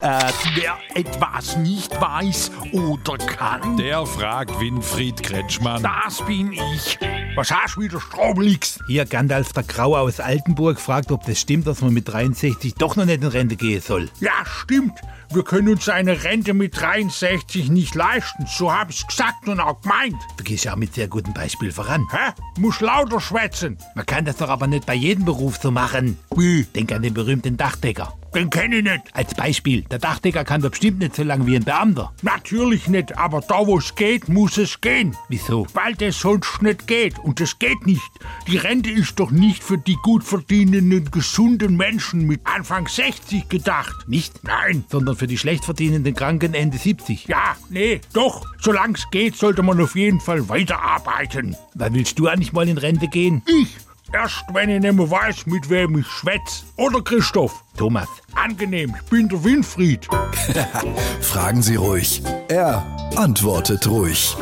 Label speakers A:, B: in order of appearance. A: Äh, wer etwas nicht weiß oder kann,
B: Der fragt Winfried Kretschmann.
A: das bin ich. Was hast du wieder Stromlix?
C: Hier, Gandalf der Graue aus Altenburg fragt, ob das stimmt, dass man mit 63 doch noch nicht in Rente gehen soll.
A: Ja, stimmt. Wir können uns eine Rente mit 63 nicht leisten. So hab ich's gesagt und auch gemeint.
C: Du gehst ja auch mit sehr gutem Beispiel voran.
A: Hä? Muss lauter schwätzen.
C: Man kann das doch aber nicht bei jedem Beruf so machen.
A: Wie?
C: Denk an den berühmten Dachdecker.
A: Den kenne ich nicht.
C: Als Beispiel, der Dachdecker kann doch bestimmt nicht so lange wie ein Beamter.
A: Natürlich nicht, aber da wo es geht, muss es gehen.
C: Wieso?
A: Weil das sonst nicht geht. Und das geht nicht. Die Rente ist doch nicht für die gut verdienenden, gesunden Menschen mit Anfang 60 gedacht.
C: Nicht?
A: Nein.
C: Sondern für die schlecht verdienenden Kranken Ende 70.
A: Ja, nee, doch. Solange es geht, sollte man auf jeden Fall weiterarbeiten.
C: Wann willst du eigentlich mal in Rente gehen?
A: Ich? Erst wenn ich nicht mehr weiß, mit wem ich schwätz. Oder Christoph.
C: Thomas.
A: Angenehm, ich bin der Winfried.
D: Fragen Sie ruhig. Er antwortet ruhig.